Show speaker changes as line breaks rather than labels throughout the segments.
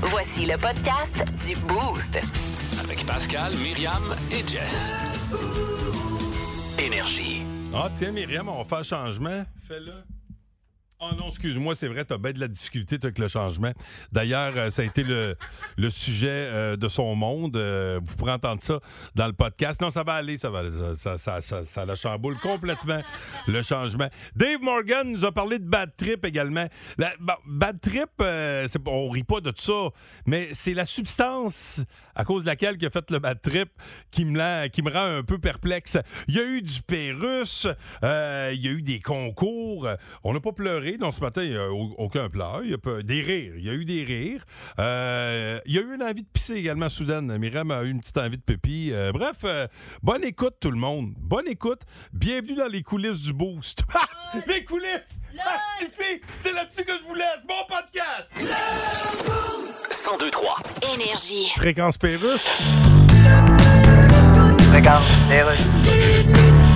Voici le podcast du Boost.
Avec Pascal, Myriam et Jess. Énergie.
Ah, tiens, Myriam, on va faire un changement. Fais-le. Oh non, excuse-moi, c'est vrai, t'as bien de la difficulté toi, avec le changement. D'ailleurs, euh, ça a été le, le sujet euh, de son monde. Euh, vous pourrez entendre ça dans le podcast. Non, ça va aller, ça va aller. Ça, ça, ça, ça- ça la chamboule complètement, le changement. Dave Morgan nous a parlé de Bad Trip également. La- ba- bad Trip, euh, c'est- on rit pas de ça, mais c'est la substance à cause de laquelle il a fait le Bad Trip qui me, la- qui me rend un peu perplexe. Il y a eu du Pérus, euh, il y a eu des concours. On n'a pas pleuré, donc ce matin, il n'y a au- aucun pleur. Il y a pas- des rires, il y a eu des rires. Euh, il y a eu une envie de pisser également soudaine. Myriam a eu une petite envie de pipi. Euh, bref, euh, bonne écoute tout le monde. Bonne écoute. Bienvenue dans les coulisses du Boost. Ah! les coulisses! Magnifique! C'est là-dessus que je vous laisse. Bon podcast!
1023.
Énergie.
Fréquence Pérus.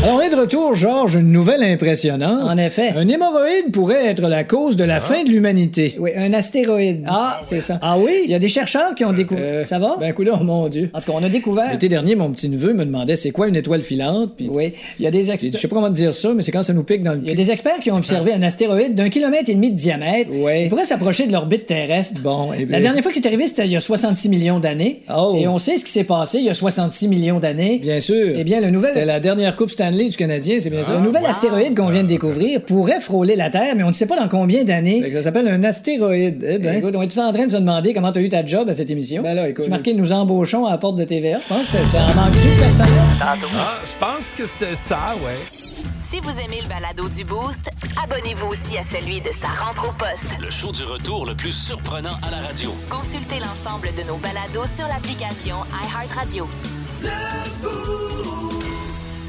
On est de retour, Georges, une nouvelle impressionnante.
En effet.
Un hémorroïde pourrait être la cause de la fin de l'humanité.
Oui, un astéroïde.
Ah, c'est ça.
Ah oui? Il y a des chercheurs qui ont découvert.
Euh,
ça va?
Ben, coudonc, mon Dieu.
en tout cas, on a découvert.
L'été dernier, mon petit-neveu me demandait c'est quoi une étoile filante, puis
Oui, il y a des
j'ai dit, je
experts.
sais pas comment te dire ça, mais c'est quand ça nous pique dans le
Il y a
cul.
des experts qui ont observé un astéroïde d'un kilomètre et demi de diamètre.
Ouais.
Il pourrait s'approcher de l'orbite terrestre.
Bon, eh bien-
La dernière fois que c'est arrivé, c'était il y a 66 millions d'années.
Oh.
Et on sait ce qui s'est passé il y a 66 millions d'années.
Bien sûr.
Eh bien, le nouvel- Ah,
C'était la dernière Coupe Stanley du Canadien, c'est bien ça. Ah,
Le nouvel astéroïde qu'on vient de découvrir pourrait frôler la Terre, mais on ne sait pas dans combien d'années.
Fait que ça s'appelle un astéroïde. Eh ben.
Écoute, on est tout en train de se demander comment t'as eu ta job à cette émission.
Ben là, écoute.
Tu marquais nous embauchons à la porte de TVA. Je pense que c'était ça. En manque-tu de personne?
Ah, je pense que c'était ça, ouais.
Si vous aimez le balado du Boost, abonnez-vous aussi à celui de sa rentre au poste.
Le show du retour le plus surprenant à la radio.
Consultez l'ensemble de nos balados sur l'application iHeartRadio.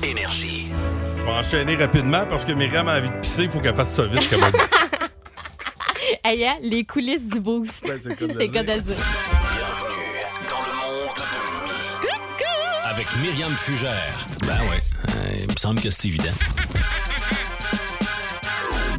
Énergie.
Je vais enchaîner rapidement parce que Myriam a envie de pisser. Il faut qu'elle fasse ça vite, comme on dit.
Aïe, aïe, les coulisses du boost.
Ouais, c'est le cas de le
C'est
dire.
comme à dire.
Bienvenue dans le monde de Avec Myriam Fugère. Ben ouais, il me semble que c'est évident.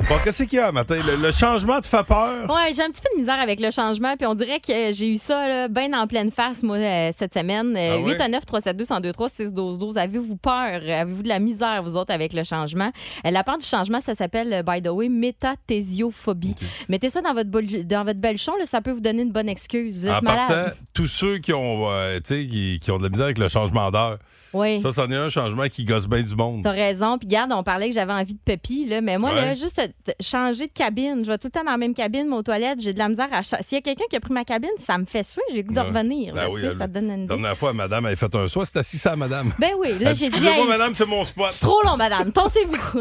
Bon, qu'est-ce qu'il y a, matin? Le, le changement te fait peur?
Ouais, j'ai un petit peu de misère avec le changement, puis on dirait que j'ai eu ça là, ben en pleine face, moi, euh, cette semaine.
Ah ouais?
8 à 9, 3, 7, 2, 102, 3, 6, 12, 12. Avez-vous peur? Avez-vous de la misère, vous autres, avec le changement? Euh, la peur du changement, ça s'appelle, euh, by the way, métatésiophobie. Mettez ça dans votre, bol- dans votre belchon, là, ça peut vous donner une bonne excuse. Vous êtes
En
malade.
partant, tous ceux qui ont, euh, tu sais, qui, qui ont de la misère avec le changement d'heure,
Oui.
ça, c'en est un changement qui gosse bien du monde.
T'as raison. Puis garde, on parlait que j'avais envie de pépi, là, mais moi,
Ouais.
là, juste euh, t- changer de cabine. Je vais tout le temps dans la même cabine, mais aux toilettes, j'ai de la misère à... cha- S'il y a quelqu'un qui a pris ma cabine, ça me fait souhait, j'ai le goût de
Ouais.
revenir.
Ben
là,
oui,
tu sais,
elle-
ça te donne une
La
idée.
dernière fois, madame avait fait un soin, c'est assis ça, madame.
Ben oui, là,
Elle dit,
j'ai dit...
Excusez-moi,
Hey,
madame, c'est mon spot.
c'est trop long, madame. Tensez-vous.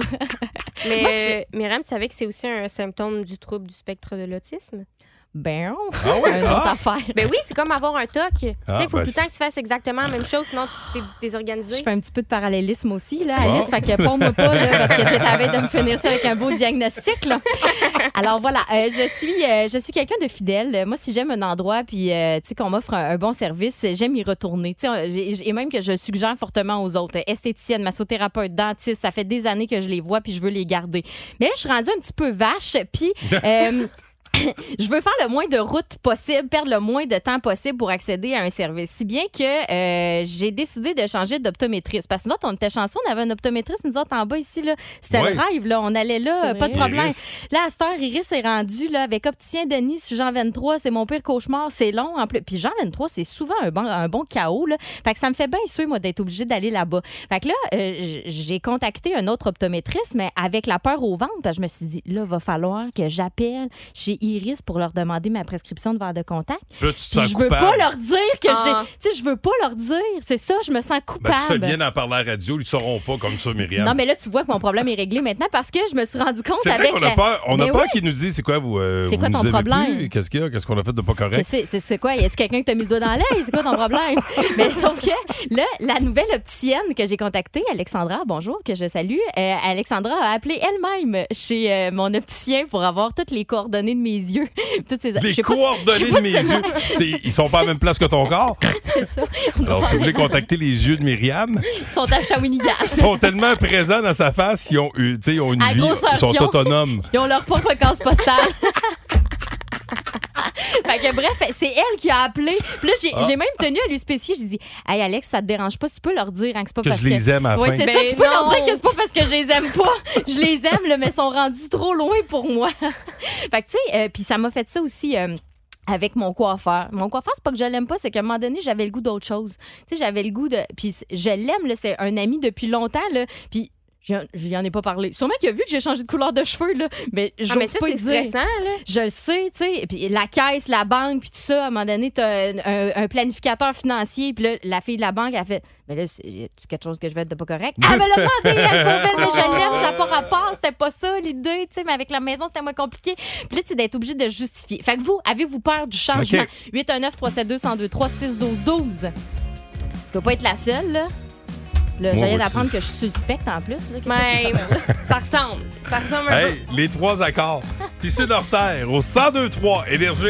Mais
Moi, je-
euh, Myriam, tu savais que c'est aussi un symptôme du trouble du spectre de l'autisme?
ben, on-
Ah ouais,
une
ah.
autre affaire.
Ben oui, c'est comme avoir un TOC. tu sais,
Ah,
il faut tout
ben,
le
c'est-
temps que tu fasses exactement la même chose, sinon tu t'es
Je
désorganisé.
fais un petit peu de parallélisme aussi, là,
Bon.
Alice. Fait que pompe-moi pas, là, parce que t'es à la veille de me finir ça avec un beau diagnostic, là. Alors voilà, euh, je suis, euh, je suis quelqu'un de fidèle. Moi, si j'aime un endroit, puis euh, tu sais qu'on m'offre un, un bon service, j'aime y retourner. Tu sais, on- et et même que je suggère fortement aux autres, esthéticienne, massothérapeute, dentiste, ça fait des années que je les vois, puis je veux les garder. Mais là, je suis rendue un petit peu vache, puis. euh, je veux faire le moins de routes possible, perdre le moins de temps possible pour accéder à un service. Si bien que euh, j'ai décidé de changer d'optométriste. Parce que nous autres, on était chanceux, on avait un optométriste, nous autres en bas ici, là. C'était
Ouais.
le rêve, là. On allait
C'est
là,
vrai.
pas de problème.
Iris.
Là, à cette heure, Iris est rendu là, avec Opticien Denis sur Jean 23. C'est mon pire cauchemar. C'est long. En plus. Puis Jean 23, c'est souvent un bon, un bon chaos. Là. Fait que ça me fait bien sûr, moi, d'être obligée d'aller là-bas. Fait que là, euh, j- j'ai contacté un autre optométriste, mais avec la peur au ventre. Parce que je me suis dit, là, va falloir que j'appelle chez Iris pour leur demander ma prescription de verre de contact.
Là,
Puis
tu te sens
je veux
coupable.
pas leur dire que
Ah.
j'ai. Tu sais, je veux pas leur dire. C'est ça, je me sens
Ben,
coupable.
tu fais bien d'en parler à la radio, ils ne sauront pas comme ça, Myriam.
non, mais là, tu vois que mon problème est réglé maintenant parce que je me suis rendu compte
C'est vrai
avec.
qu'on
la-
a peur, on a
Mais
peur
oui.
qu'ils nous disent c'est quoi vous, euh,
C'est quoi
vous
ton
nous aimez
problème?
plus? Qu'est-ce qu'il y a? Qu'est-ce qu'on a fait de pas
Que
correct?
C'est c'est- c'est quoi? Y a-t-il quelqu'un qui t'a mis le doigt dans l'œil? C'est quoi ton problème? Mais sauf que là, la nouvelle opticienne que j'ai contactée, Alexandra, bonjour, que je salue, euh, Alexandra a appelé elle-même chez euh, mon opticien pour avoir toutes les coordonnées de mes yeux. Toutes ces... je
Les
sais pas si- je
coordonnées
sais pas
de mes
si c'est-
yeux. C'est- Ils sont pas à la même place que ton corps.
C'est ça.
Alors, si vous voulez contacter les yeux de Myriam,
Ils sont à Shawinigan.
ils sont tellement présents dans sa face, ils ont, eu- tu sais, ils ont une
À
vie,
grosseur
ils sont
pion.
autonomes.
Ils ont leur propre case postale. fait que bref, c'est elle qui a appelé. Puis là, j'ai
Ah.
j'ai même tenu à lui spécifier. J'ai dit, Hey Alex, ça te dérange pas, tu peux leur dire hein, que c'est pas
Que
parce
je les aime à la
Oui,
fin.
c'est
Ben
ça, tu peux leur
non.
dire que c'est pas parce que je les aime pas. Je les aime, là, mais ils sont rendus trop loin pour moi. fait que tu sais, euh, puis ça m'a fait ça aussi. euh, avec mon coiffeur. Mon coiffeur, c'est pas que je l'aime pas, c'est qu'à un moment donné, j'avais le goût d'autre chose. Tu sais, j'avais le goût de. Puis c- je l'aime, là, c'est un ami depuis longtemps, là. Puis j'y en- j'y en ai pas parlé. Sûrement qu'il a vu que j'ai changé de couleur de cheveux, là. Mais j'ose
Ah, mais ça,
pas
c'est
le dire.
stressant, là.
Je le sais, tu sais. Puis la caisse, la banque, puis tout ça, à un moment donné, t'as un, un- un planificateur financier. Puis là, la fille de la banque, elle fait Mais là, c'est c'est quelque chose que je vais être pas correct. Elle me l'a demandé, elle pouvait, mais je l'aime, ça n'a pas rapport, c'était pas ça l'idée, tu sais. Mais avec la maison, c'était moins compliqué. Puis là, tu sais, d'être obligé de justifier. Fait que vous, avez-vous peur du changement?
Ok.
819 372 1023 612 12 Tu peux pas être la seule, là. Là, je
Moi,
viens
vois-tu.
d'apprendre que je suis suspecte en plus. Là, que
Mais ça ressemble. Ça ressemble un
Hey, les trois accords. Puis c'est leur terre au 1023 Énergie.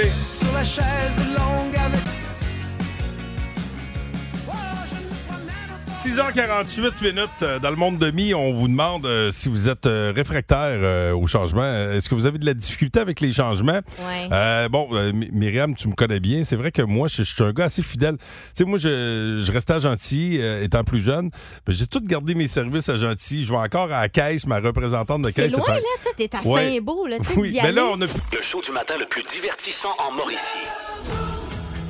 Sur la chaise 6h48 minutes euh, dans le monde de mi, on vous demande euh, si vous êtes euh, réfractaire euh, au changement. Euh, Est-ce que vous avez de la difficulté avec les changements?
Ouais.
Euh, bon, euh, My- Myriam, tu me connais bien. C'est vrai que moi, je, je suis un gars assez fidèle. Tu sais, moi, je, je restais à Gentilly, euh, étant plus jeune. mais J'ai tout gardé mes services à Gentilly. Je vais encore à la caisse, ma représentante de
C'est
caisse.
loin,
est
là,
à-
tu sais, t'es à
Ouais.
Saint-Beau, là, tu sais,
Oui,
d'y
mais là,
aller.
on a plus-
Le show du matin le plus divertissant en Mauricie.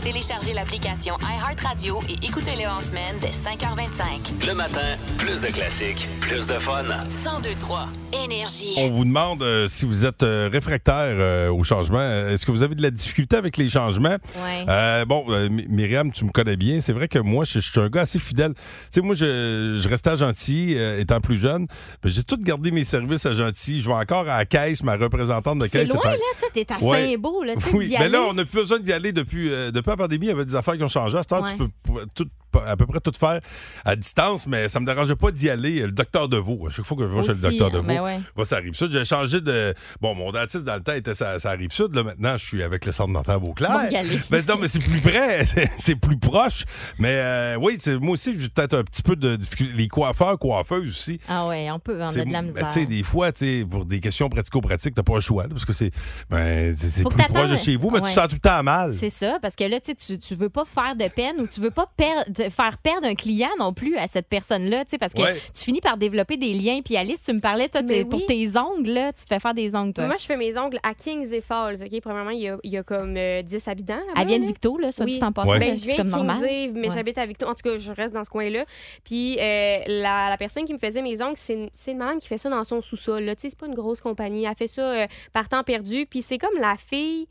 Téléchargez l'application iHeartRadio et écoutez-le en semaine dès 5h25.
Le matin, plus de classiques, plus de fun.
1023 Énergie.
on vous demande euh, si vous êtes euh, réfractaire euh, au changement. Euh, Est-ce que vous avez de la difficulté avec les changements?
Ouais.
Euh, bon, euh, My- Myriam, tu me connais bien. C'est vrai que moi, je, je suis un gars assez fidèle. Tu sais, moi, je, je restais à Gentilly, euh, étant plus jeune. mais J'ai tout gardé mes services à Gentilly. Je vais encore à la caisse, ma représentante de
C'est
caisse. est
loin,
à-
là, tu sais, t'es à
Ouais.
Saint-Beau, là, tu sais,
Oui,
d'y
mais
aller.
là, on n'a plus besoin d'y aller depuis, euh, depuis la pandémie. Il y avait des affaires qui ont changé. À cette heure,
Ouais.
tu peux p- tout, p- à peu près tout faire à distance, mais ça ne me dérangeait pas d'y aller. Le docteur Deveau, à chaque fois que je vais chez le
Aussi,
docteur Deveau,
ben ouais.
moi, ça arrive sud. J'ai changé de. Bon, mon dentiste dans le temps était ça, ça arrive sud. Là, maintenant, je suis avec le centre dentaire Beauclair.
Bon, y aller.
Ben, non, mais c'est plus près, c'est- c'est plus proche. Mais euh, oui, c'est- moi aussi, j'ai peut-être un petit peu de difficulté. Les coiffeurs, coiffeuses aussi.
Ah ouais, on peut, on a
C'est-
de la
ben,
misère.
tu sais, des fois, tu sais, pour des questions pratico-pratiques, t'as pas le choix, là, parce que c'est ben, c'est- c'est
Faut que
plus proche de
t'attendes.
chez vous, mais
Ouais.
tu sens tout le temps mal.
C'est ça, parce que là, tu sais, tu- tu veux pas faire de peine ou tu veux pas per- de- faire perdre un client non plus à cette personne-là, tu sais, parce que
Ouais.
tu finis par développer des liens. Puis Alice, tu me parlais, toi, tu sais,
Mais
pour
oui.
tes ongles, là, tu te fais faire des ongles, toi.
Moi, je fais mes ongles à Kings et Falls, OK? Premièrement, il y a, il y a comme euh, 10 habitants. là-bas,
Elle vient de
là.
Victo, là, soit
Oui.
dit en passant,
Ouais.
là,
Ben, je
c'est
viens
comme
de
normal.
Kingsey, mais
Ouais.
j'habite à Victo. En tout cas, je reste dans ce coin-là. Puis euh, la, la personne qui me faisait mes ongles, c'est une, c'est une madame qui fait ça dans son sous-sol. là. Tu sais, c'est pas une grosse compagnie. Elle fait ça euh, par temps perdu. Puis c'est comme la fille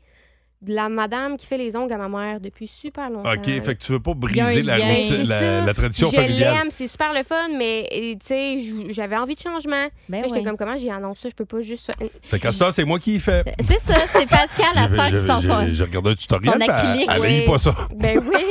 de la madame qui fait les ongles à ma mère depuis super longtemps.
OK, fait que tu veux pas
Euh, Il y a
briser
un
la,
lien.
routine-
C'est
la-
ça.
la tradition
je
familiale.
l'aime, c'est super le fun, mais euh, tu sais, j- j'avais envie de changement.
Ben
Là, J'étais
ouais.
comme comment j'ai annoncé ça, je peux pas juste. faire-
Fait que ça, c'est moi qui y fais.
C'est ça, c'est Pascal à cette heure qui s'en sort.
J'ai regardé un tutoriel.
son
puis Elle
acrylique,
elle
oui.
haït Ah, pas ça.
Ben oui.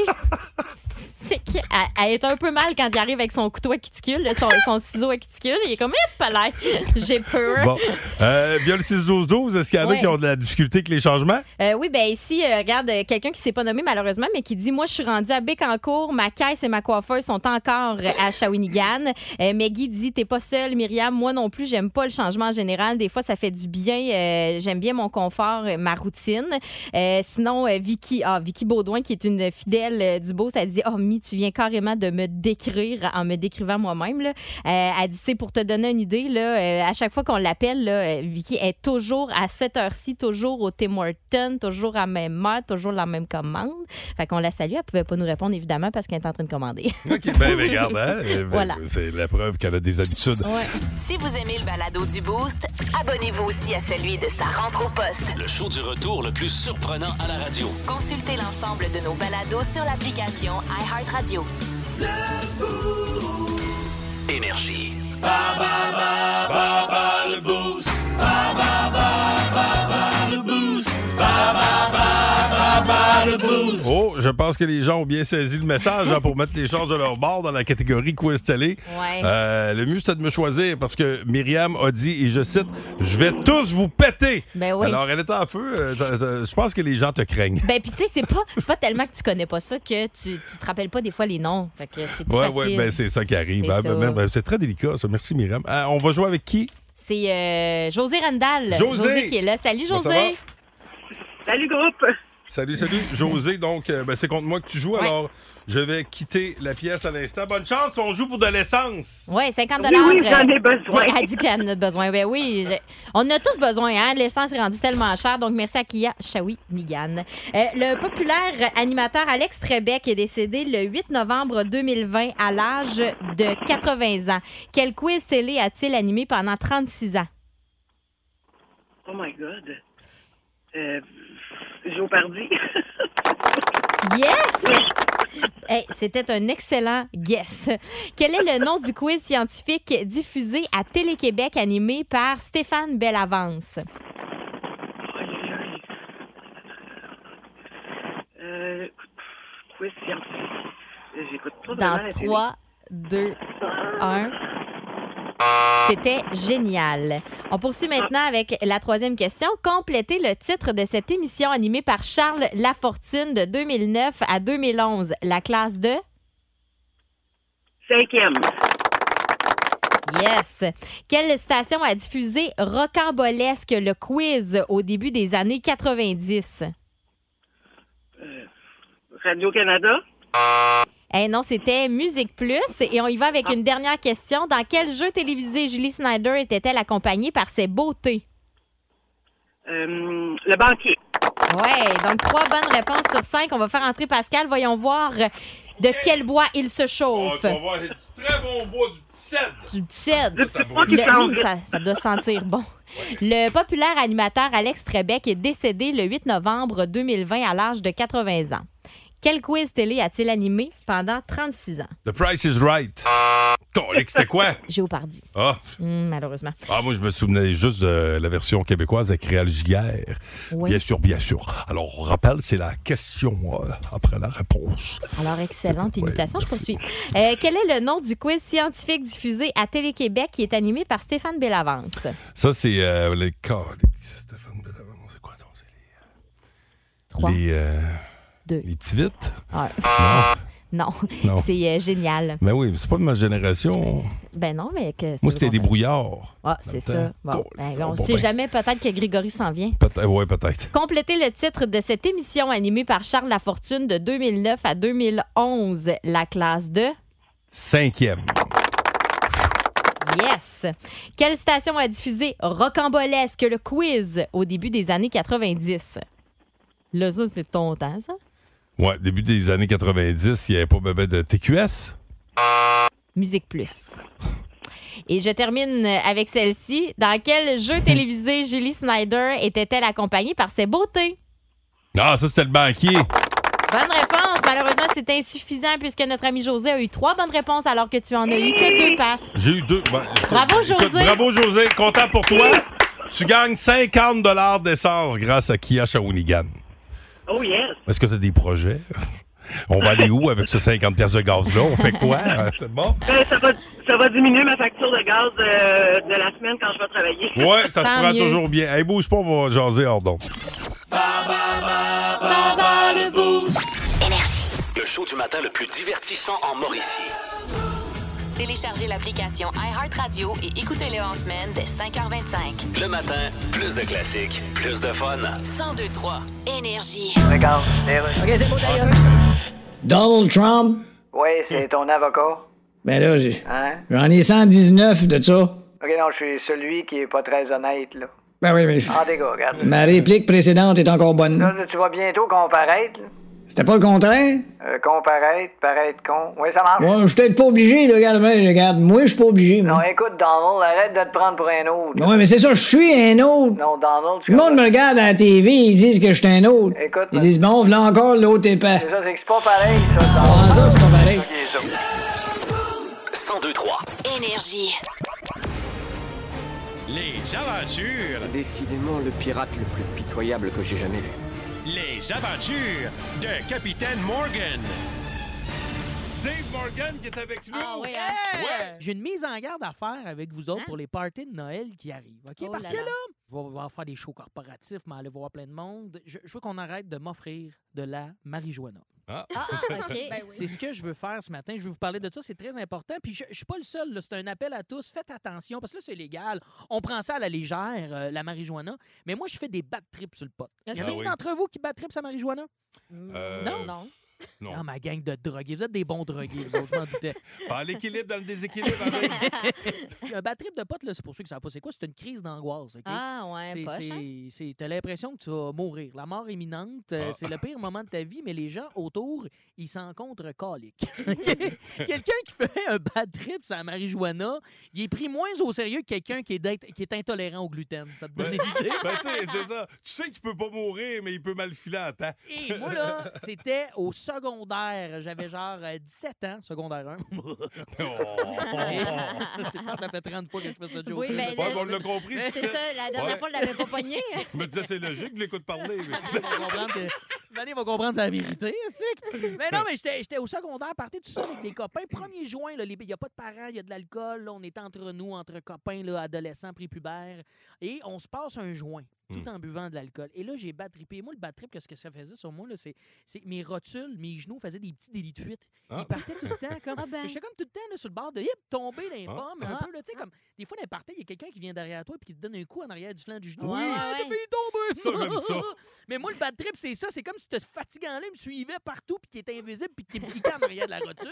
C'est que- elle, elle est un peu mal quand il arrive avec son couteau à cuticule, là, son, son ciseau à cuticule. Il est comme, hip, là, j'ai peur.
Bon. Euh, bien le 6-12-12, est-ce qu'il y en a
Ouais.
qui ont de la difficulté avec les changements?
Euh, oui, ben ici, euh, regarde, euh, quelqu'un qui s'est pas nommé malheureusement, mais qui dit Moi, je suis rendu à Bécancour, ma caisse et ma coiffeuse sont encore euh, à Shawinigan. Euh, Maggie dit T'es pas seule, Myriam, moi non plus, j'aime pas le changement en général. Des fois, ça fait du bien. euh, j'aime bien mon confort, euh, ma routine. Euh, sinon, euh, Vicky, ah, Vicky Baudouin, qui est une fidèle euh, du beau, ça dit Oh, Mi, tu viens vient carrément de me décrire en me décrivant moi-même. là. Euh, elle dit, c'est pour te donner une idée, là, euh, à chaque fois qu'on l'appelle, là, euh, Vicky est toujours à cette heure-ci, toujours au Tim Horton, toujours à même heure, toujours la même commande. Fait qu'on la salue. Elle pouvait pas nous répondre, évidemment, parce qu'elle est en train de commander.
OK, ben, ben, regarde, hein, ben,
Voilà.
c'est la preuve qu'elle a des habitudes.
Si vous aimez le balado du Boost, abonnez-vous aussi à celui de sa rentre au poste.
Le show du retour le plus surprenant à la radio.
Consultez l'ensemble de nos balados sur l'application iHeartRadio.
Énergie.
Oh, je pense que les gens ont bien saisi le message hein, pour mettre les chances de leur bord dans la catégorie quiz télé.
Ouais.
Euh, le mieux, c'était de me choisir parce que Myriam a dit, et je cite, Je vais tous vous péter.
Ben oui.
Alors, elle était en feu. euh, t'as- t'as- je pense que les gens te craignent.
Ben, puis tu sais, c'est pas, c'est pas tellement que tu connais pas ça que tu, tu te rappelles pas des fois les noms. Fait que c'est plus
Ouais,
facile.
ouais, ben c'est ça qui arrive.
C'est
hein. Ben,
ça.
ben, ben, c'est très délicat, ça. Merci, Myriam. Ah, on va jouer avec qui?
C'est euh, José Randall.
José!
qui est là. Salut,
Bon, ça
José.
Salut, groupe.
Salut, salut. José, donc, euh, ben, c'est contre moi que tu joues. Alors, je vais quitter la pièce à l'instant. Bonne chance, on joue pour de l'essence.
Ouais, 50
Oui, oui,
euh,
j'en ai besoin.
Elle dit qu'elle en a besoin. Ben oui, je- on en a tous besoin. Hein? L'essence est rendue tellement chère. Donc, merci à Kia Shawi Migan. Euh, le populaire animateur Alex Trebek est décédé le 8 novembre 2020 à l'âge de 80 ans. Quel quiz télé a-t-il animé pendant 36 ans?
Oh my God. Euh, Joe Pardy.
Yes! Hey, C'était un excellent guess. Quel est le nom du quiz scientifique diffusé à Télé-Québec animé par Stéphane Bellavance?
Aïe, aïe, aïe. Euh, quiz scientifique. J'écoute pas vraiment
Dans
la télé.
3, 2, 1. C'était génial. On poursuit maintenant avec la troisième question. Complétez le titre de cette émission animée par Charles Lafortune de 2009 à 2011. La classe de...
Cinquième.
Yes. Quelle station a diffusé rocambolesque le quiz au début des années 90?
Radio-Canada.
Eh non, c'était Musique Plus. Et on y va avec une dernière question. Dans quel jeu télévisé Julie Snyder était-elle accompagnée par ses beautés?
Euh, le banquier.
Ouais, donc trois bonnes réponses sur cinq. On va faire entrer Pascal. Voyons voir de quel bois il se chauffe.
Ah, On va voir, c'est du très bon bois du petit cèdre.
Du cèdre.
Ça
Pas qui
Le-
plante.
Ouh, ça, ça doit sentir bon. Le populaire animateur Alex Trebek est décédé le 8 novembre 2020 à l'âge de 80 ans. Quel quiz télé a-t-il animé pendant 36 ans?
The price is right. Colique, c'était quoi?
Géopardy,
Ah,
Hum, malheureusement.
ah, moi, je me souvenais juste de la version québécoise avec Réal Giguère.
Oui.
Bien sûr, bien sûr. Alors, on rappelle, c'est la question euh, après la réponse.
Alors, excellente
Ouais,
imitation. Je poursuis. Euh, quel est le nom du quiz scientifique diffusé à Télé-Québec qui est animé par Stéphane Bellavance?
Ça, c'est euh, les cas. Stéphane Bellavance, c'est quoi donc? C'est les.
3,
Les, euh,
2,
les petits vites?
1. Non,
Ah. Non.
c'est euh, génial.
Mais Ben oui, c'est pas de ma génération.
Ben non, mais que.
Moi, c'était des brouillards.
Ah, c'est ça. Bon,
Cool.
ben,
Ça
on ne
va pas
sait
bien.
jamais, peut-être que Grégory s'en vient.
Peut-être, ouais, peut-être.
Complétez le titre de cette émission animée par Charles Lafortune de 2009 à 2011, la classe de
Cinquième.
Yes. Quelle station a diffusé Rocambolesque le quiz au début des années 90? Là, ça, c'est ton temps, ça?
Ouais, début des années 90, il n'y avait pas bébé de TQS.
Musique Plus. Et je termine avec celle-ci. Dans quel jeu télévisé Julie Snyder était-elle accompagnée par ses beautés?
Ah, ça, c'était le banquier.
Bonne réponse. Malheureusement, c'est insuffisant puisque notre ami José a eu trois bonnes réponses alors que tu en as eu que deux passes.
J'ai eu deux. Ben,
Bravo,
écoute,
José.
bravo, José. Content pour toi. Tu gagnes 50 d'essence grâce à Kia Shawinigan.
Oh yes.
Est-ce que tu as des projets? On va aller où avec ce 50 pièces de gaz-là? On fait quoi? Ah, C'est bon?
Ben, ça, va, ça va diminuer ma facture de gaz euh, de la semaine quand je vais travailler.
Ouais, ça se
Tant
prend
mieux.
toujours bien. Hey, bouge pas, on va jaser hors d'onde.
Le show du matin le plus divertissant en Mauricie.
Téléchargez l'application iHeartRadio et écoutez-le en semaine dès 5h25.
Le matin, plus de classiques, plus de fun.
1023 Énergie.
Donald Trump
Oui, c'est ton avocat.
Ben là, j'ai-
Hein?
j'en ai 119 de ça.
Ok, non, je suis celui qui est pas très honnête, là.
Ben oui, mais je-
En Ah, dégâts, regarde.
ma réplique précédente est encore bonne.
Là, tu vas bientôt comparaître. là.
C'était pas le contraire?
Euh, comparaître, paraître con. Oui, ça marche.
Ouais, je suis peut-être pas obligé, là, regarde, mais regarde, moi, je suis pas obligé, moi.
Non, écoute, Donald, arrête de te prendre pour un autre.
Ben ouais, mais c'est ça, je suis un autre.
Non, Donald, tu
Le monde me regarde à la TV, ils disent que je suis un autre.
Écoute,
ils disent, bon, voilà encore l'autre épais.
C'est ça, c'est que c'est pas pareil, ça,
Ah,
Donald.
ça, c'est pas pareil.
Ok, ça.
1023 Énergie.
Les aventures. Décidément le pirate le plus pitoyable que j'ai jamais vu. Les aventures de Capitaine Morgan.
Dave Morgan qui est avec nous.
Ah, hein.
J'ai une mise en garde à faire avec vous autres pour les parties de Noël qui arrivent. OK?
Oh
Parce
là
que
là.
là, je vais- je vais faire des shows corporatifs, mais aller voir plein de monde. Je, je veux qu'on arrête de m'offrir de la marijuana.
Ah,
OK. Ben oui.
C'est ce que je veux faire ce matin. Je vais vous parler de ça. C'est très important. Puis je, je suis pas le seul. là. C'est un appel à tous. Faites attention parce que là, c'est légal. On prend ça à la légère, euh, la marijuana. Mais moi, je fais des bad trips sur le pot. Y en a
Ah oui.
d'entre vous qui bat trips à marijuana?
Mm.
Euh,
non?
non.
ma gang de drogués. Vous êtes des bons drogués, vous autres, je m'en doutais.
Pas l'équilibre dans le déséquilibre. hein, Adèle.
Puis un bad trip de pote, là, c'est pour ceux qui savent pas c'est quoi, c'est une crise d'angoisse. ok?
Ah, ouais,
C'est-
poche,
c'est-
hein?
c'est- T'as l'impression que tu vas mourir. La mort imminente, euh,
Ah.
c'est le pire moment de ta vie, mais les gens autour, ils s'encontrent coliques. quelqu'un qui fait un bad trip sur la marijuana, il est pris moins au sérieux que quelqu'un qui, est d'être- qui est intolérant au gluten. Ça te donne une
Ben,
idée?
ben, tu sais, c'est ça. Tu sais qu'il peut pas mourir, mais il peut mal filer en temps.
Et moi, là, c'était au secondaire. J'avais genre euh, 17 ans, secondaire 1.
Oh,
C'est pas- ça fait 30 fois que je fais ce joke.
Oui, ben,
Ouais, ben, on l'a compris, c'est
C'est
ça.
ça, la dernière
Ouais.
fois, on l'avait pas pogné.
Je me disais, c'est logique de l'écoute parler. mais-
Ils vont comprendre que- Mané va comprendre sa vérité. est-ce que- Mais non, mais j'étais j'étais au secondaire, partais tout seul avec des copains. 1er juin, là, les- il n'y a pas de parents, il y a de l'alcool. là, on est entre nous, entre copains, là, adolescents, prépubères. Et on se passe un joint, tout
Mm.
en buvant de l'alcool. Et là, j'ai battrippé. Moi, le battrip, qu'est-ce que ça faisait sur moi? là, C'est c'est que mes rotules, mes genoux faisaient des petits délits de fuite.
Ah.
Ils partaient tout le temps. comme
Ah, ben,
J'étais comme tout le temps là, sur le bord de hip, tombé dans les
Ah.
pommes. Un
Ah.
peu, là, tu sais, comme, des fois, dans les parties, il y a quelqu'un qui vient derrière toi et qui te donne un coup en arrière du flanc du genou.
Ouais, ouais,
Ah, t'as
ouais.
failli tomber.
Ça, j'aime ça.
Mais moi, le bad trip, c'est ça. C'est comme si ce fatigant-là me suivait partout, puis qu'il était invisible, puis qu'il me piquait en arrière de la rotule.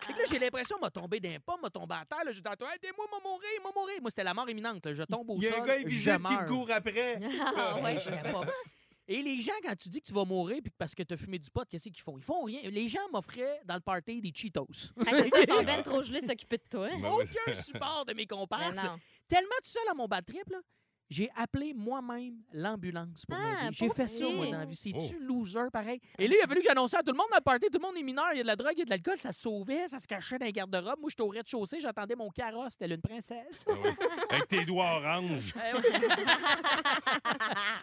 Fait que là, j'ai l'impression, m'a tombé d'un pas, m'a tombé à terre. là. J'ai dit, Attends, aidez-moi, m'a mourir, m'a mourir. Moi, c'était la mort imminente. là. Je tombe au
Il y a
sol.
un gars invisible qui
je
me
meurs.
court après.
Ah, ouais, c'est
Je sais
ça.
pas. Et les gens, quand tu dis que tu vas mourir puis que parce que tu as fumé du pot, qu'est-ce qu'ils font? Ils font rien. Les gens m'offraient dans le party des Cheetos.
Ah, c'est ça, ils sont ben trop gelés de s'occuper de toi.
Ben oui. Aucun support de mes comparses.
Ben Bah non.
Tellement tout seul à mon bad trip, là, j'ai appelé moi-même l'ambulance pour
Ah,
m'aider. J'ai
pour
fait ça, moi,
vrai?
dans la vie. C'est-tu
Oh.
loser, pareil? Et là, il a fallu que j'annonce à tout le monde dans le party. Tout le monde est mineur. Il y a de la drogue, il y a de l'alcool. Ça se sauvait, ça se cachait dans les garde-robes. Moi, j'étais au rez-de-chaussée, j'attendais mon carrosse. C'était une princesse.
ah Avec tes doigts oranges.
Eh oui.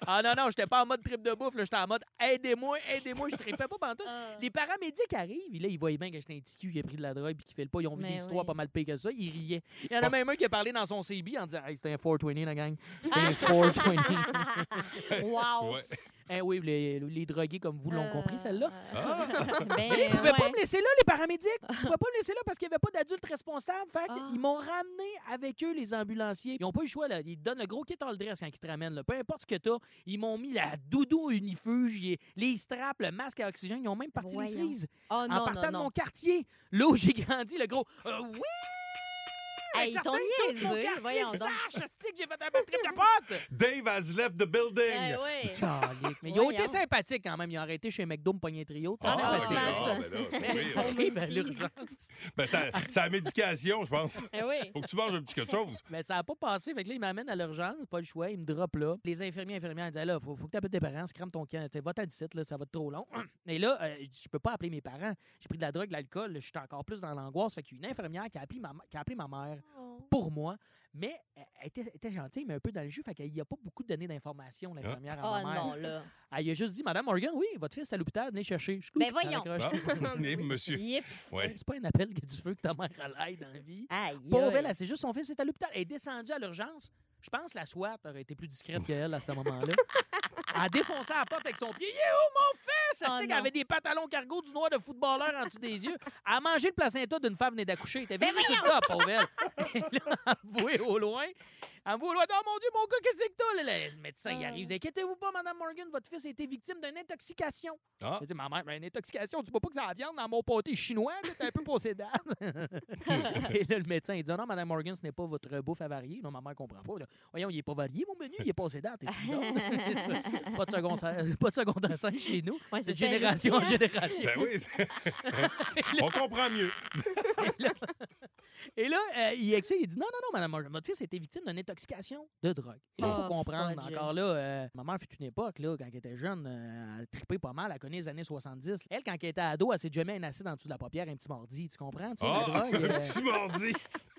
ah non, non, j'étais pas en mode trip de bouffe, là, j'étais en mode aidez-moi, aidez-moi, je tripais pas pantoute.
Euh,
Les paramédics arrivent, et là, ils voient bien que j'étais un petit cul qui a pris de la drogue puis qui fait le pas. Ils ont vu
Mais
des histoires
oui.
pas mal pires que ça, ils riaient. Il y en a même un qui a parlé dans son CB en disant hey, c'était un 420, la gang. C'était un 420.
Ah.
Wow. Ouais.
Eh oui, les, les drogués comme vous l'ont compris, celle-là.
euh,
Ah. Ben,
Mais là, ils pouvaient pas
ouais.
me laisser là, les paramédics. Ils pouvaient pas me laisser là parce qu'il n'y avait pas d'adultes responsables. Fait
Ah.
qu'ils m'ont ramené avec eux, les ambulanciers. Ils n'ont pas eu le choix, là. Ils te donnent le gros kit all dress quand ils te ramènent, là. Peu importe ce que t'as. Ils m'ont mis la doudou unifuge, y- les straps, le masque à oxygène. Ils ont même parti les
Voyons.
cerises.
Oh,
en
non, non,
partant de
non.
mon quartier, là où j'ai grandi, le gros euh, Oui!
Hey, ils
Certain,
t'ont
tout mon
niaisé,
quartier,
voyons
je
donc.
sache, esti, que j'ai fait un bon trip de potes!
Dave has left the
Ben,
building.
Calique. Mais ils ont été
Voyons.
sympathiques quand même. Ils ont arrêté chez McDo me pogner un trio.
Ah,
Très
ah,
sympathique.
ah, ben là, c'est oui,
Ben
euh.
oui, ben l'urgence.
Ben, ça- c'est la médication, je pense.
Ben,
Eh oui.
Faut que tu manges un petit quelque chose.
Mais ça n'a pas passé. Fait que là, ils m'amènent à l'urgence. Pas le choix. Ils me droppent là. Les infirmiers, infirmières, ils disent là, faut, faut que tu appelles tes parents. Scrame ton camp. Va t'en 17, là, ça va être trop long. Mais là, euh, je dis, je peux pas appeler mes parents. J'ai pris de la drogue, de l'alcool. Je suis encore plus dans l'angoisse. Fait qu'il y a une infirmière qui a appelé ma, qui a appelé ma mère pour moi. Mais elle était, elle était gentille, mais un peu dans le jus. Fait qu'il n'y a pas beaucoup donné d'informations, l'infirmière à
Ah
ma mère.
non, là.
Elle lui a juste dit, Madame Morgan, oui, votre fils est à l'hôpital, venez le chercher. Je
Ben
coupe,
voyons.
elle raccroche.
Ah, Ben. mais monsieur.
Yips.
Ouais.
C'est pas un appel que tu veux que ta mère elle aille dans la vie.
Aïe,
Pauvre
aïe.
elle, elle, c'est juste son fils est à l'hôpital. Elle est descendue à l'urgence. Je pense que la SWAT aurait été plus discrète qu'elle à ce moment-là. Elle a défoncé la porte avec son pied. Il est où mon fils?
Oh
Elle
non.
avait des pantalons cargo du noir de footballeur en dessous des yeux. Elle a mangé le placenta d'une femme venait d'accoucher. Ah, Elle était
Ben
venue tout
voyons.
ça, pauvre elle. Et là, elle a voué au loin. En vous, là, oh mon Dieu, mon gars, qu'est-ce que c'est que t'as? Là, le médecin, il arrive. il dit, Inquiétez-vous pas, Madame Morgan, votre fils a été victime d'une intoxication.
Ah.
Je dis, ma mère, ben, une intoxication, tu vois pas que c'est la viande dans mon pâté chinois, là, t'es un peu possédable. Et là, le médecin, il dit, non, Madame Morgan, ce n'est pas votre bouffe avariée. Non, ma mère comprend pas. là. Voyons, il est pas varié, mon menu, il est passé date. t'es bizarre. pas de secondaire, pas de secondaire 5 chez nous.
Ouais, c'est
de
ça,
génération en
Lucie, hein?
génération.
Ben oui,
On comprend mieux.
Et là, euh, il explique, il dit non, non, non, madame, Morgan, votre fils a été victime d'une intoxication de drogue. Il faut
Oh,
comprendre,
fudge.
encore là, euh, ma mère fut une époque, là, quand elle était jeune, euh, elle tripait pas mal, elle connaît les années 70. Elle, quand elle était ado, elle s'est jamais un acide en dessous de la paupière, un petit mordi, tu comprends? Tu sais,
Ah,
la drogue, euh,
un
euh.
petit mordi.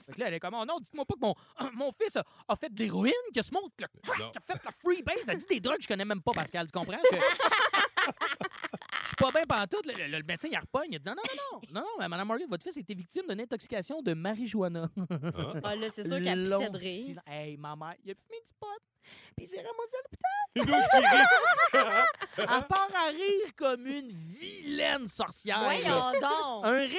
Fait que là, elle est comme, oh non, dites-moi pas que mon, mon fils a, a fait de l'héroïne, que ce monde, le crack, a fait la freebase, elle dit des drogues que je connais même pas, Pascal, tu comprends? Que- je suis pas bien pantoute. Le, le- le médecin, il repogne. Il dit non, non, non, non, non, non, mais Madame Morgan, votre fils a été victime d'une intoxication de marijuana.
Ah, là, c'est sûr qu'elle
Long
pissait de rire.
silence. Hey, ma mère, il a fumé du pot. Puis il dit, ramasse
Une
l'hôpital.
autre qui
Elle part à rire comme une vilaine sorcière.
Voyons donc.
Un rire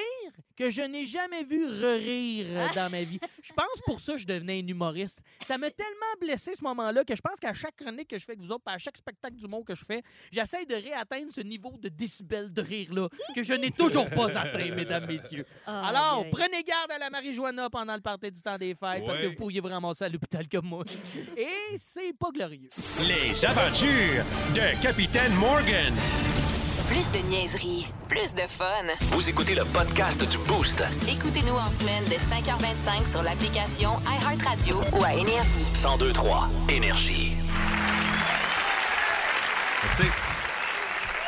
que je n'ai jamais vu re-rire euh, dans ma vie. Je pense pour ça que je devenais un humoriste. Ça m'a tellement blessé ce moment-là que je pense qu'à chaque chronique que je fais avec vous autres, puis à chaque spectacle du monde que je fais, j'essaie de réatteindre ce niveau de décibel de rire-là que je n'ai toujours pas atteint, mesdames, messieurs.
Ah,
Alors,
aïe, aïe.
prenez garde à la marijuana pendant le party du temps des fêtes parce que
Ouais.
vous pourriez vous ramasser à l'hôpital comme moi. Et c'est pas glorieux.
Les aventures de Capitaine Morgan.
Plus de niaiserie, plus de fun.
Vous écoutez le podcast du Boost.
Écoutez-nous en semaine de 5h25 sur l'application iHeartRadio ou à Énergie.
1023 Énergie.
Merci.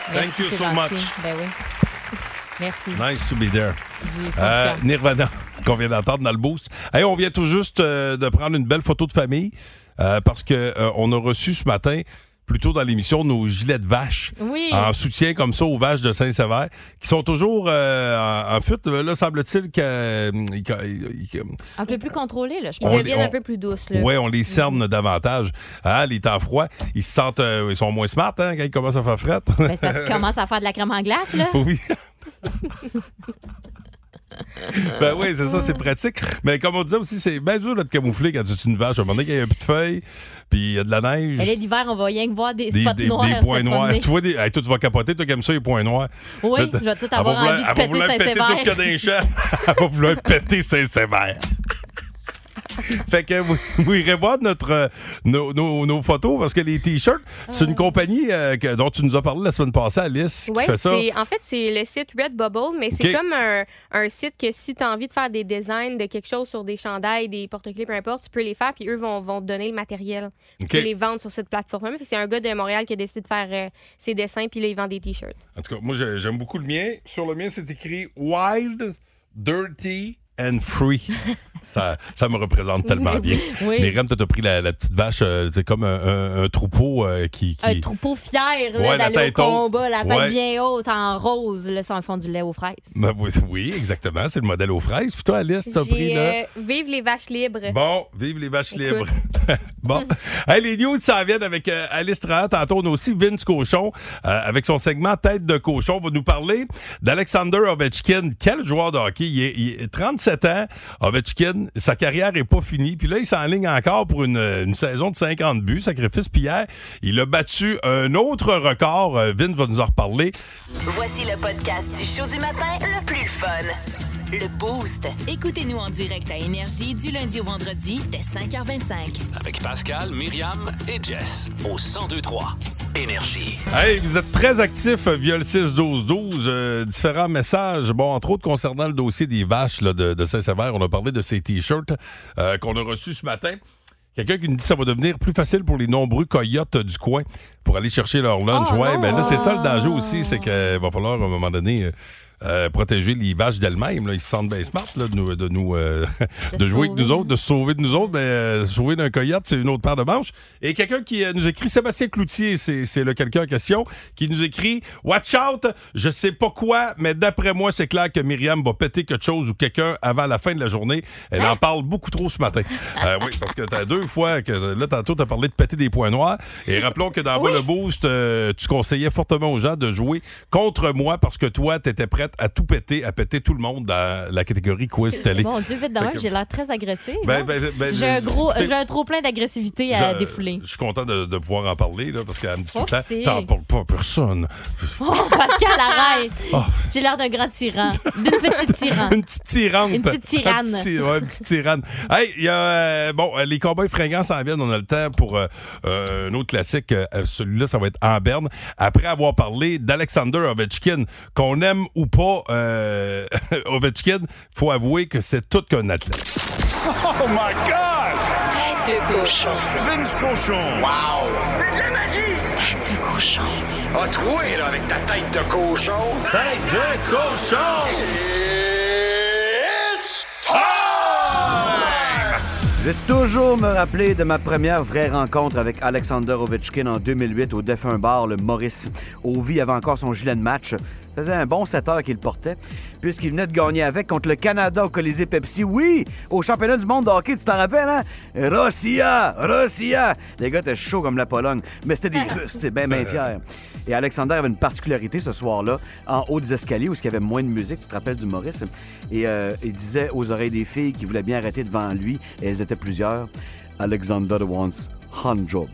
Thank
Merci,
you
c'est
so
gentil.
much.
Ben oui. Merci.
Nice to be there.
Du fond
Euh,
du cœur.
Nirvana, qu'on vient d'entendre dans le boost. Hey, on vient tout juste euh, de prendre une belle photo de famille euh, parce que euh, on a reçu ce matin, plus tôt dans l'émission, nos gilets de vache
Oui.
en soutien comme ça aux vaches de Saint-Sever qui sont toujours euh, en, en fuite. Là, semble-t-il que. euh, que- que-
Un peu plus contrôlé, là, je
On
pense.
les- Deviennent un on- peu
plus douce.
Ouais, on les cerne davantage. Hein, les temps froids, ils se sentent, euh, ils sont moins smart hein, quand ils commencent à faire frette.
Ben, c'est parce qu'ils commencent à faire de la crème en glace, là.
Oui. ben oui, c'est ça, c'est pratique. Mais comme on disait aussi, c'est bien dur là, de camoufler quand tu es une vache. À un moment donné, quand il n'y a plus de feuilles, puis il y a de la neige.
Mais là, l'hiver, on va rien que voir des
Des,
spots
des-
noirs.
des points
se
noirs.
promener.
Tu vois, des... hey, toi, tu vas capoter, toi qui aimes ça, les points noirs.
Oui,
Là, t'as-
je vais tout
elle
avoir
vouloir-
envie de
elle va
péter
vouloir péter
Saint-Sévère.
tout ce qu'il y a dans les champs. Elle va vouloir péter Saint-Sévère. Fait que vous, vous irez voir notre, euh, nos, nos- nos photos parce que les T-shirts, c'est une compagnie euh, que- dont tu nous as parlé la semaine passée, Alice, qui fait ça.
c'est en fait c'est le site Redbubble, mais c'est
Ok.
comme un, un site que si tu as envie de faire des designs de quelque chose sur des chandails, des porte-clés, peu importe, tu peux les faire, puis eux vont, vont te donner le matériel. Tu
Ok.
peux les vendre sur cette plateforme. Fait que C'est un gars de Montréal qui a décidé de faire euh, ses dessins, puis là, il vend des t-shirts.
En tout cas, moi, j'ai- j'aime beaucoup le mien. Sur le mien, c'est écrit Wild, Dirty and Free. ça, ça me représente tellement bien.
Oui.
Mais Rem, toi, t'as pris la, la petite vache, euh, c'est comme un, un- un troupeau euh, qui. qui-
Un troupeau fier là,
Ouais, la
d'aller au
tête haute.
combat, la tête
Ouais.
bien haute, en rose, là, sur un fond du lait aux fraises.
Ben oui, oui, exactement. C'est le modèle aux fraises. Puis toi, Alice, t'as pris
J'ai
là.
euh, Vive les vaches libres.
Bon, vive les vaches
Écoute.
libres. bon. Hey, les news s'en viennent avec euh, Alice Trahan. Tantôt, on a aussi Vince Cochon euh, avec son segment Tête de cochon. va nous parler d'Alexander Ovechkin. Quel joueur de hockey. Il est, il est 37 ans. Ovechkin, sa carrière est pas finie. Puis là, il s'enligne encore pour une, une saison de 50 buts. Sacrifice. Puis hier, il a battu un autre record. Euh, Vince va nous en reparler.
Voici le podcast du show du matin le plus fun. Le Boost. Écoutez-nous en direct à Énergie du lundi au vendredi dès 5h25.
Avec Pascal, Myriam et Jess au 1023 Énergie.
Hey, vous êtes très actifs euh, via le 6-12-12. euh, différents messages, bon, entre autres concernant le dossier des vaches là, de, de Saint-Sever. On a parlé de ces T-shirts euh, qu'on a reçus ce matin. Quelqu'un qui nous dit que ça va devenir plus facile pour les nombreux coyotes du coin pour aller chercher leur lunch.
Oh,
ouais,
non.
ben là, c'est ça le danger aussi, c'est qu'il va falloir à un moment donné. euh, euh, protéger les vaches d'elles-mêmes. là. Ils se sentent bien smart là, de nous, de, nous, euh, de jouer avec nous autres, de se sauver de nous autres. Mais euh, se sauver d'un coyote, c'est une autre paire de manches. Et quelqu'un qui euh, nous écrit, Sébastien Cloutier, c'est c'est le quelqu'un en question, qui nous écrit Watch out, je sais pas quoi, mais d'après moi, c'est clair que Myriam va péter quelque chose ou quelqu'un avant la fin de la journée. Elle en parle beaucoup trop ce matin. Euh, oui, parce que t'as deux fois que là, tantôt, t'as parlé de péter des points noirs. Et rappelons que dans la bonne le boost, euh, tu conseillais fortement aux gens de jouer contre moi parce que toi, tu étais prête à tout péter, à péter tout le monde dans la catégorie quiz télé.
Mon Dieu, vite de
Fait
même,
que-
j'ai l'air très agressive.
Ben,
hein?
ben, ben,
j'ai un gros,
écoutez,
j'ai un trop plein d'agressivité à
je-
défouler.
Je suis content de, de pouvoir en parler là, parce qu'elle me dit tout le temps
Faut-il.
T'en parles pas à personne.
Oh, Pascal, arrête!
Oh.
J'ai l'air d'un grand tyran, d'une petite tyran.
Une petite tyrante.
Ah. Une petite
Un
tyranne.
petit- ouais, une petite tyranne. Hey, il y a, euh, bon, euh, les cowboys fringants s'en viennent. On a le temps pour euh, euh, un autre classique. Euh, Celui-là, ça va être en berne. Après avoir parlé d'Alexander Ovechkin, qu'on aime ou pas euh, Ovechkin, faut avouer que c'est tout qu'un athlète.
Oh my God! Tête de cochon.
Vince cochon. Wow! C'est de la magie! Tête de cochon. A troué, Ah, là, avec ta tête de cochon. Tête de cochon! It's
Je vais toujours me rappeler de ma première vraie rencontre avec Alexander Ovechkin en 2008 au défunt bar Le Maurice. Ovi avait encore son gilet de match. faisait un bon 7 heures qu'il portait, puisqu'il venait de gagner avec contre le Canada au Colisée Pepsi. Oui, au championnat du monde de hockey, tu t'en rappelles, hein? Russia! Russia! Les gars étaient chauds comme la Pologne, mais c'était des Russes, c'est bien, bien fier. Et Alexander avait une particularité ce soir-là, en haut des escaliers où il y avait moins de musique, tu te rappelles du Maurice, et euh, il disait aux oreilles des filles qui voulaient bien arrêter devant lui, et elles étaient plusieurs, Alexander wants handjob.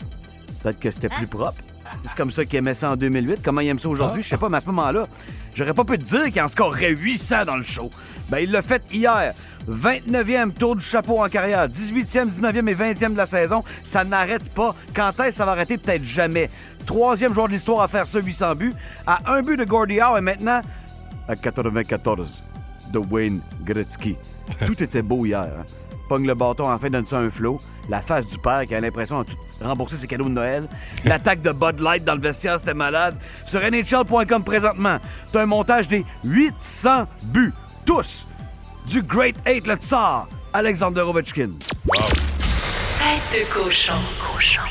Peut-être que c'était plus propre. C'est comme ça qu'il aimait ça en 2008. Comment il aime ça aujourd'hui, je sais pas, mais à ce moment-là, j'aurais pas pu te dire qu'il en scorerait 800 dans le show. Ben, il l'a fait hier. 29e tour du chapeau en carrière, 18e, 19e et 20e de la saison. Ça n'arrête pas. Quand est-ce que ça va arrêter? Peut-être jamais. Troisième joueur de l'histoire à faire ce 800 buts. À un but de Gordie Howe et maintenant à 94 de Wayne Gretzky. Tout était beau hier. hein. Pogne le bâton, enfin donne ça un flot. La face du père qui a l'impression de tout rembourser ses cadeaux de Noël. L'attaque de Bud Light dans le vestiaire, c'était malade. Sur NHL.com présentement, t'as un montage des 800 buts. Tous du Great Eight, le tsar, Alexander Ovechkin.
Tête de cochon. Cochon.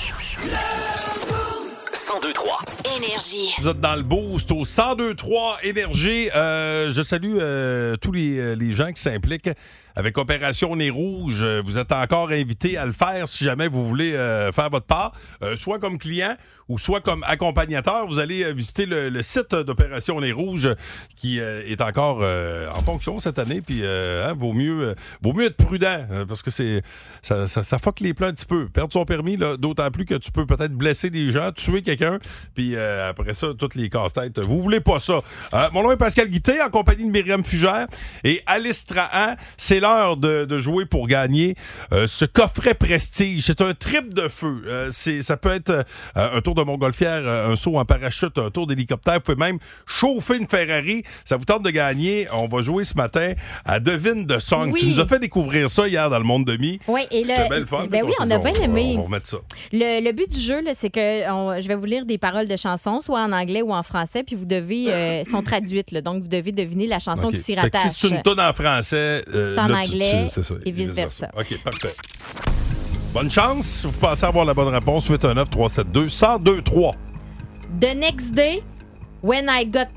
1023.
Énergie.
Vous êtes dans le boost au 102-3 Énergie. Euh, je salue euh, tous les, euh, les gens qui s'impliquent avec Opération Nez Rouge. Euh, Vous êtes encore invités à le faire si jamais vous voulez euh, faire votre part, Euh, soit comme client ou soit comme accompagnateur. Vous allez euh, visiter le, le site d'Opération Nez Rouge euh, qui euh, est encore euh, en fonction cette année. Puis euh, hein, vaut, mieux, euh, vaut mieux être prudent euh, parce que c'est ça, ça, ça fuck les plans un petit peu. Perdre son permis, là, d'autant plus que tu peux peut-être blesser des gens, tuer quelqu'un, puis euh, après ça, toutes les casse-têtes. Vous voulez pas ça. Euh, mon nom est Pascal Guité, en compagnie de Myriam Fugère et Alice Trahan. C'est l'heure de, de jouer pour gagner euh, ce coffret prestige. C'est un trip de feu. Euh, c'est, ça peut être euh, un tour de montgolfière, euh, un saut en parachute, un tour d'hélicoptère. Vous pouvez même chauffer une Ferrari. Ça vous tente de gagner. On va jouer ce matin à Devine de Song.
Oui.
Tu nous as fait découvrir ça hier dans le monde de mi.
Oui, et
C'était
le-
bien le fun.
ben
Fait
oui,
qu'on
on
s'est
a
dit,
bien
va-
aimé.
On va remettre ça.
Le, le but du jeu, là, c'est que on- je vais vous lire des paroles de chansons, soit en anglais ou en français, puis vous devez. euh, sont traduites, là, donc vous devez deviner la chanson
OK.
qui s'y
Fait que
rattache.
si c'est une tonne en français, euh,
C'est en
là, tu-
anglais
tu- c'est ça,
et vice-versa.
OK, parfait. Bonne chance. Vous pensez avoir la bonne réponse. 819 372 1023 3
The next day, when I got.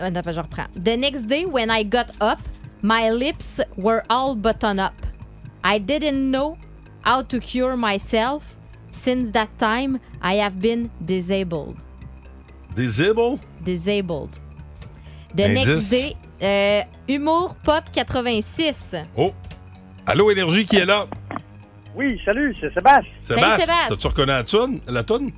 Ah, non, je reprends. The next day, when I got up, my lips were all buttoned up. I didn't know how to cure myself. Since that time, I have been disabled.
Disabled?
Disabled. The
Indice?
next day, euh, Humour Pop 86.
Oh! Allô, Énergie qui est là?
Oui, salut, c'est Sébastien.
Sébastien,
Sébastien.
t'as-tu reconnu la toune? La toune?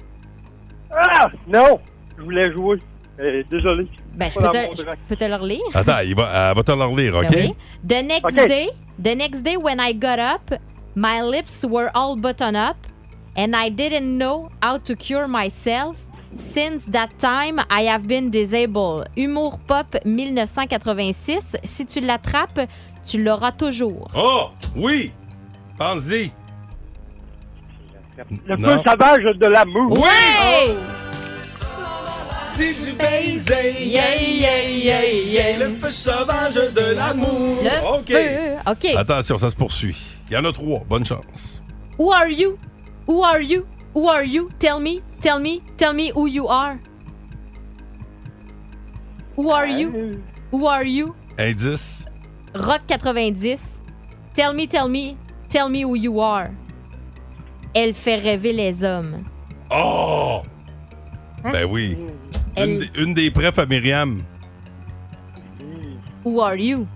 Ah! Non! Je voulais jouer. Euh, désolé.
Ben, je
Pas
peux
dans
te,
mon
je
direct.
peux te le relire.
Attends, il va, elle va te le relire, OK?
Ben oui. The next
Okay.
day, the next day when I got up, my lips were all buttoned up and I didn't know how to cure myself. Since that time, I have been disabled. Humour pop 1986. Si tu l'attrapes, tu l'auras toujours.
Oh! Oui! Pense-y!
Le
Non.
feu sauvage de l'amour.
Oui!
du baiser,
yeah, yeah, yeah, yeah.
le feu sauvage de l'amour.
Le
OK. Ah.
feu. OK.
Attention, ça se poursuit. Il y en a trois. Bonne chance.
Who are you? Who are you? Who are you? Tell me, tell me, tell me who you are. Who are you? Who are you?
Indice.
Rock 90. Tell me, tell me, tell me who you are. Elle fait rêver les hommes.
Oh! Ben oui. Une,
Elle-
des- une des prefs à Myriam.
Who are you?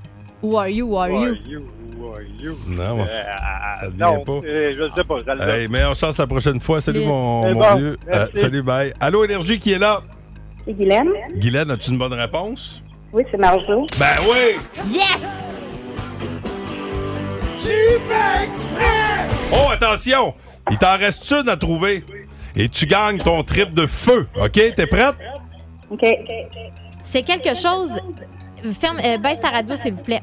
Who are you? Who are
Who
you?
are Non,
Euh,
ça- ça devient
non,
pas.
euh, je ne sais pas. je le
Hey, meilleure chance la prochaine fois. Salut,
Vite.
mon,
C'est
mon
bon,
vieux.
merci.
Euh, salut, bye. Allô, Énergie qui est là?
C'est Guylaine?
Guylaine, as-tu une bonne réponse?
Oui, c'est Marjo.
Ben oui!
Yes!
Oh, attention! Il t'en reste une à trouver. Et tu gagnes ton trip de feu. OK? T'es prête?
OK. C'est quelque chose. Ferme, euh, baisse ta radio, s'il vous plaît.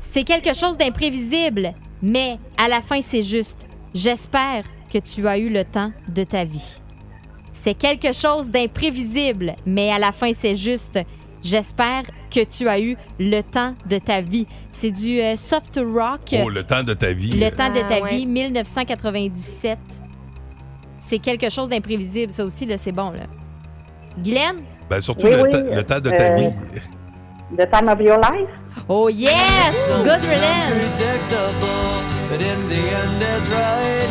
C'est quelque chose d'imprévisible, mais à la fin, c'est juste. J'espère que tu as eu le temps de ta vie. C'est quelque chose d'imprévisible, mais à la fin, c'est juste. J'espère que tu as eu le temps de ta vie. C'est du euh, soft rock.
Oh, le temps de ta vie.
Le temps de
Ah,
ta
ouais.
vie, 1997. C'est quelque chose d'imprévisible, ça aussi, là, c'est bon, là. Guylaine?
Ben surtout
Oui,
le,
oui,
temps- le temps de ta
euh,
vie.
The Time of Your Life? Oh yes! Good relance!
But in the end is right.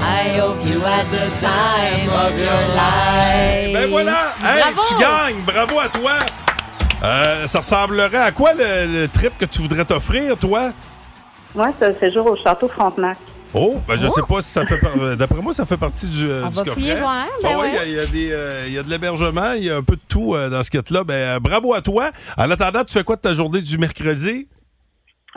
I hope you had the time
of your life.
Ben voilà! Hey, tu gagnes! Bravo à toi! Euh, ça ressemblerait à quoi le, le trip que tu voudrais t'offrir, toi?
Moi, c'est un séjour au Château Frontenac.
Oh, ben je
Oh!
sais pas si ça fait par- euh, D'après moi, ça fait partie du, euh,
On
du
va
coffret.
fouiller voir,
Ah
ben
ouais,
ouais.
Il y, a- il y a des, euh, il y a de l'hébergement, il y a un peu de tout euh, dans ce kit-là. Ben, euh, bravo à toi. En attendant, tu fais quoi de ta journée du mercredi?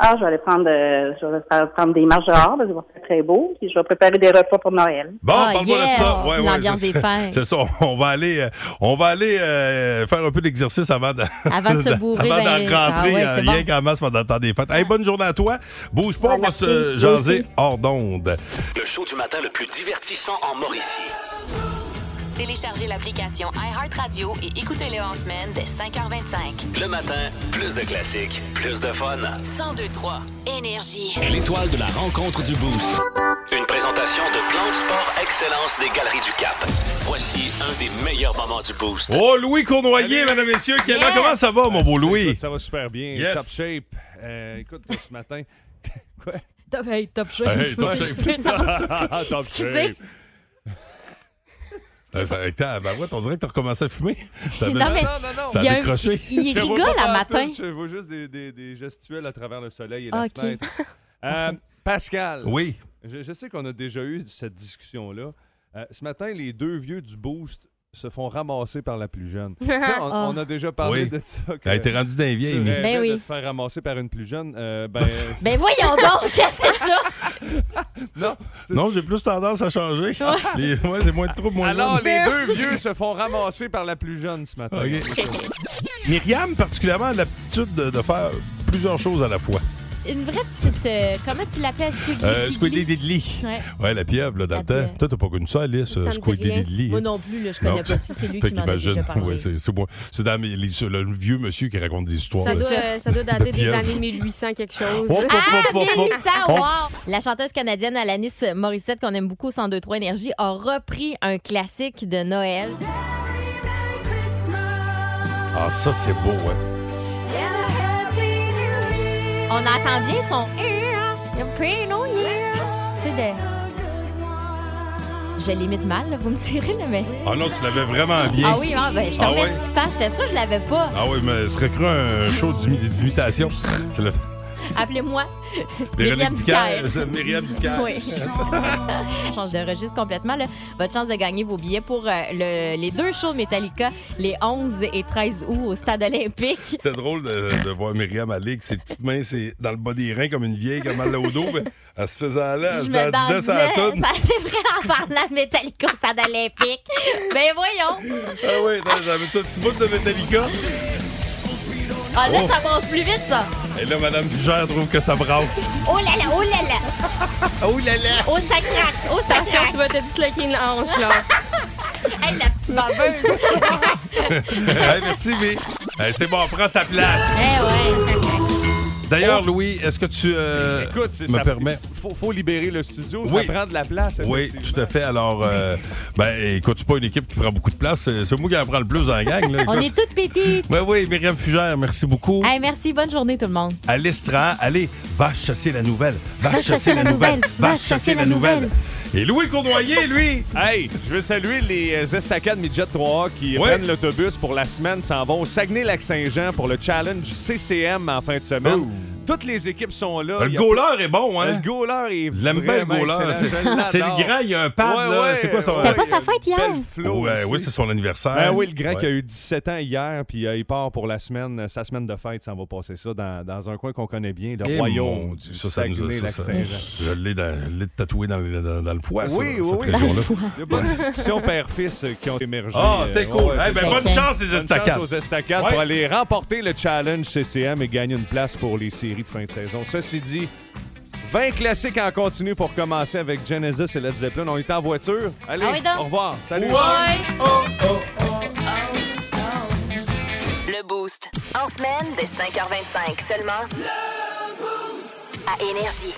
Ah, je vais aller prendre, euh, je vais aller prendre des marches dehors, parce que va faire très beau, puis je vais préparer des repas pour Noël.
Bon, parle-moi de ça. Ouais, ouais,
Ah, l'ambiance
c'est
des
ça.
fêtes.
C'est ça. On va aller, euh, on va aller euh, faire un peu d'exercice avant de,
Avant de se bourrer,
avant
ben,
d'en
ah
rentrer,
ouais,
euh,
c'est bon. Ah.
rien qu'en masse pendant le temps des fêtes. Hey, bonne journée à toi. Bouge pas, on va se jaser hors d'onde.
Le show du matin le plus divertissant en Mauricie.
Téléchargez l'application iHeartRadio et écoutez-le en semaine dès 5h25.
Le matin, plus de classiques, plus de fun.
1023 Énergie.
L'étoile de la rencontre du Boost. Une présentation de Plan de Sport Excellence des Galeries du Cap. Voici un des meilleurs moments du Boost.
Oh, Louis Cournoyer, mesdames et messieurs, qui est là. Comment ça va, mon beau Louis?
Ah, Écoute, ça va super bien.
Yes.
Top shape. Euh, écoute, ce matin. Quoi?
Top, hey, top shape.
Hey, top
Ouais,
shape.
je sais, ça va.
Top
Excusez.
shape.
Euh, ça- Attends, ben ouais, on dirait que t'as recommencé à fumer. T'avais-
Non, mais
Ça a
il y a un
décroché.
petit- il
Je te vois
rigole
pas
à
pantoute,
matin.
Je vois juste des, des- des gestuels à travers le soleil et
Ah,
la
ok.
fenêtre.
Ah.
Euh, Pascal.
Oui.
Je, je sais qu'on a déjà eu cette discussion-là. Euh, ce matin, les deux vieux du Boost se font ramasser par la plus jeune. Tu sais, on,
Ah.
on a déjà parlé
Oui.
de ça. que
Elle était rendue d'un
tu
vieil.
rêvais
Ben oui.
de te faire ramasser par une plus jeune. Euh, ben,
Ben voyons donc, qu'est-ce que c'est ça?
non,
Non, j'ai plus tendance à changer. Les- ouais, j'ai moins de troubles, moins de
Alors,
jeunes.
les deux vieux se font ramasser par la plus jeune ce matin.
OK. Myriam, particulièrement, a l'aptitude de, de faire plusieurs choses à la fois.
Une vraie petite. euh, comment tu l'appelles, Squiggy?
Euh, Squidly Diddly.
Ouais.
Ouais, la pieuvre, là, dans le temps. Toi, t'as pas connu ça, Alice,
me
euh,
dit
Squidly
rien.
Diddly.
Moi
hein?
non plus, là, je connais pas ça, c'est lui
Fait
qui m'en a
qu'imagine.
déjà parlé.
Ouais, c'est, c'est moi. C'est dans mes- les- sur le vieux monsieur qui raconte des histoires.
Ça
là.
doit, euh, ça doit
de
dater des
pieuvre.
années 1800 quelque chose. Ah!
Oh, pop, pop, pop, pop.
1800,
On-
Ah, wow! La chanteuse canadienne Alanis Morissette, qu'on aime beaucoup, 1023 Énergie, a repris un classique de Noël.
Ah, ça, c'est beau, ouais.
On entend bien son Happy New Year. C'est de. Je l'imite mal, là, vous me direz, là, mais.
Ah non, tu l'avais vraiment bien.
Ah oui, ah, ben, je te
Ah ouais.
remercie pas. J'étais sûre que je l'avais pas.
Ah oui, mais ce serait cru un show d'imi- d'imitation. C'est le-
Appelez-moi
Véronique
Myriam
Dicker.
Dicker.
Myriam Dicker.
Oui. Je change de registre complètement. là. Votre chance de gagner vos billets pour euh, le- les deux shows de Metallica, les 11 et 13 août au Stade olympique.
C'était drôle de, de voir Myriam aller avec ses petites mains c'est dans le bas des reins comme une vieille, comme elle l'a au dos. mais Elle se faisait aller, elle
Je
se
me
dandinait sur la
dandinais.
toune.
Ça, c'est vrai en parlant de Metallica au Stade olympique. Ben voyons.
Ah oui, attends, j'avais ça, petit bout de Metallica.
Ah là,
Oh.
ça passe plus vite, ça.
Et là, Madame Bugère trouve que ça brasse.
Oh là là, oh là là.
oh là là.
Oh, ça craque, oh, ça
Attention,
craque.
tu vas te disloquer une hanche, là.
hey, la petite baveuse.
Hey, merci, mais Hey, c'est bon, prends sa place. D'ailleurs, Louis, est-ce que tu euh,
Écoute, c'est-
me
ça-
permets?
Faut, faut libérer le studio,
Oui.
ça prend de la place.
Oui, tout à fait. Alors, euh, ben, écoute, c'est pas une équipe qui prend beaucoup de place. C'est c'est moi qui en prends le plus dans la gang. Là,
On est
écoute.
toutes petites.
Oui, oui, Myriam Fugère, merci beaucoup.
Hey, merci, bonne journée, tout le monde.
À Trahan, allez, va chasser la nouvelle. Va,
Va
chasser, la nouvelle. Va chasser la nouvelle. Et Louis Cournoyer, lui!
Hey, je veux saluer les euh, estacades Midget 3 qui
Ouais.
prennent l'autobus pour la semaine, s'en vont au Saguenay-Lac-Saint-Jean pour le challenge CCM en fin de semaine. Toutes les équipes sont là.
Hein? Le
Oh, Il y a-
goaler est bon, hein?
Le goaler est
Je l'aime bien, le
vraiment
goaler.
excellent.
C'est-
Je l'adore.
c'est le grand, il y a un pad, là. C'est quoi son-
C'était pas sa fête hier?
Ouais, oui, c'est son anniversaire.
Ben oui, le grand qui a
Ouais.
eu 17 ans hier, puis euh, il part pour la semaine, euh, sa semaine de fête, ça on va passer ça dans, dans un coin qu'on connaît bien, le
Eh, mon
royaume
Dieu,
du
ça, ça nous a- ça, ça-
Saguenay-Lac-Saint-Jean.
Je l'ai dans- je l'ai tatoué dans, le- dans- dans le foie, ça,
oui,
dans
oui,
cette
oui.
région-là.
Il y a plein de discussions père-fils euh, qui ont émergé.
Ah, c'est
Euh,
cool. Eh
c'est
ben,
ça.
bonne chance, les
Bonne
Estacades.
chance aux Estacades
Ouais.
pour aller remporter le challenge CCM et gagner une place pour les séries de fin de saison. Ceci dit, 20 classiques en continu pour commencer avec Genesis et Led Zeppelin. On est en voiture. Allez,
Ah oui, donc.
au revoir. Salut.
Le Boost. En semaine, dès 5h25 seulement. À Énergie.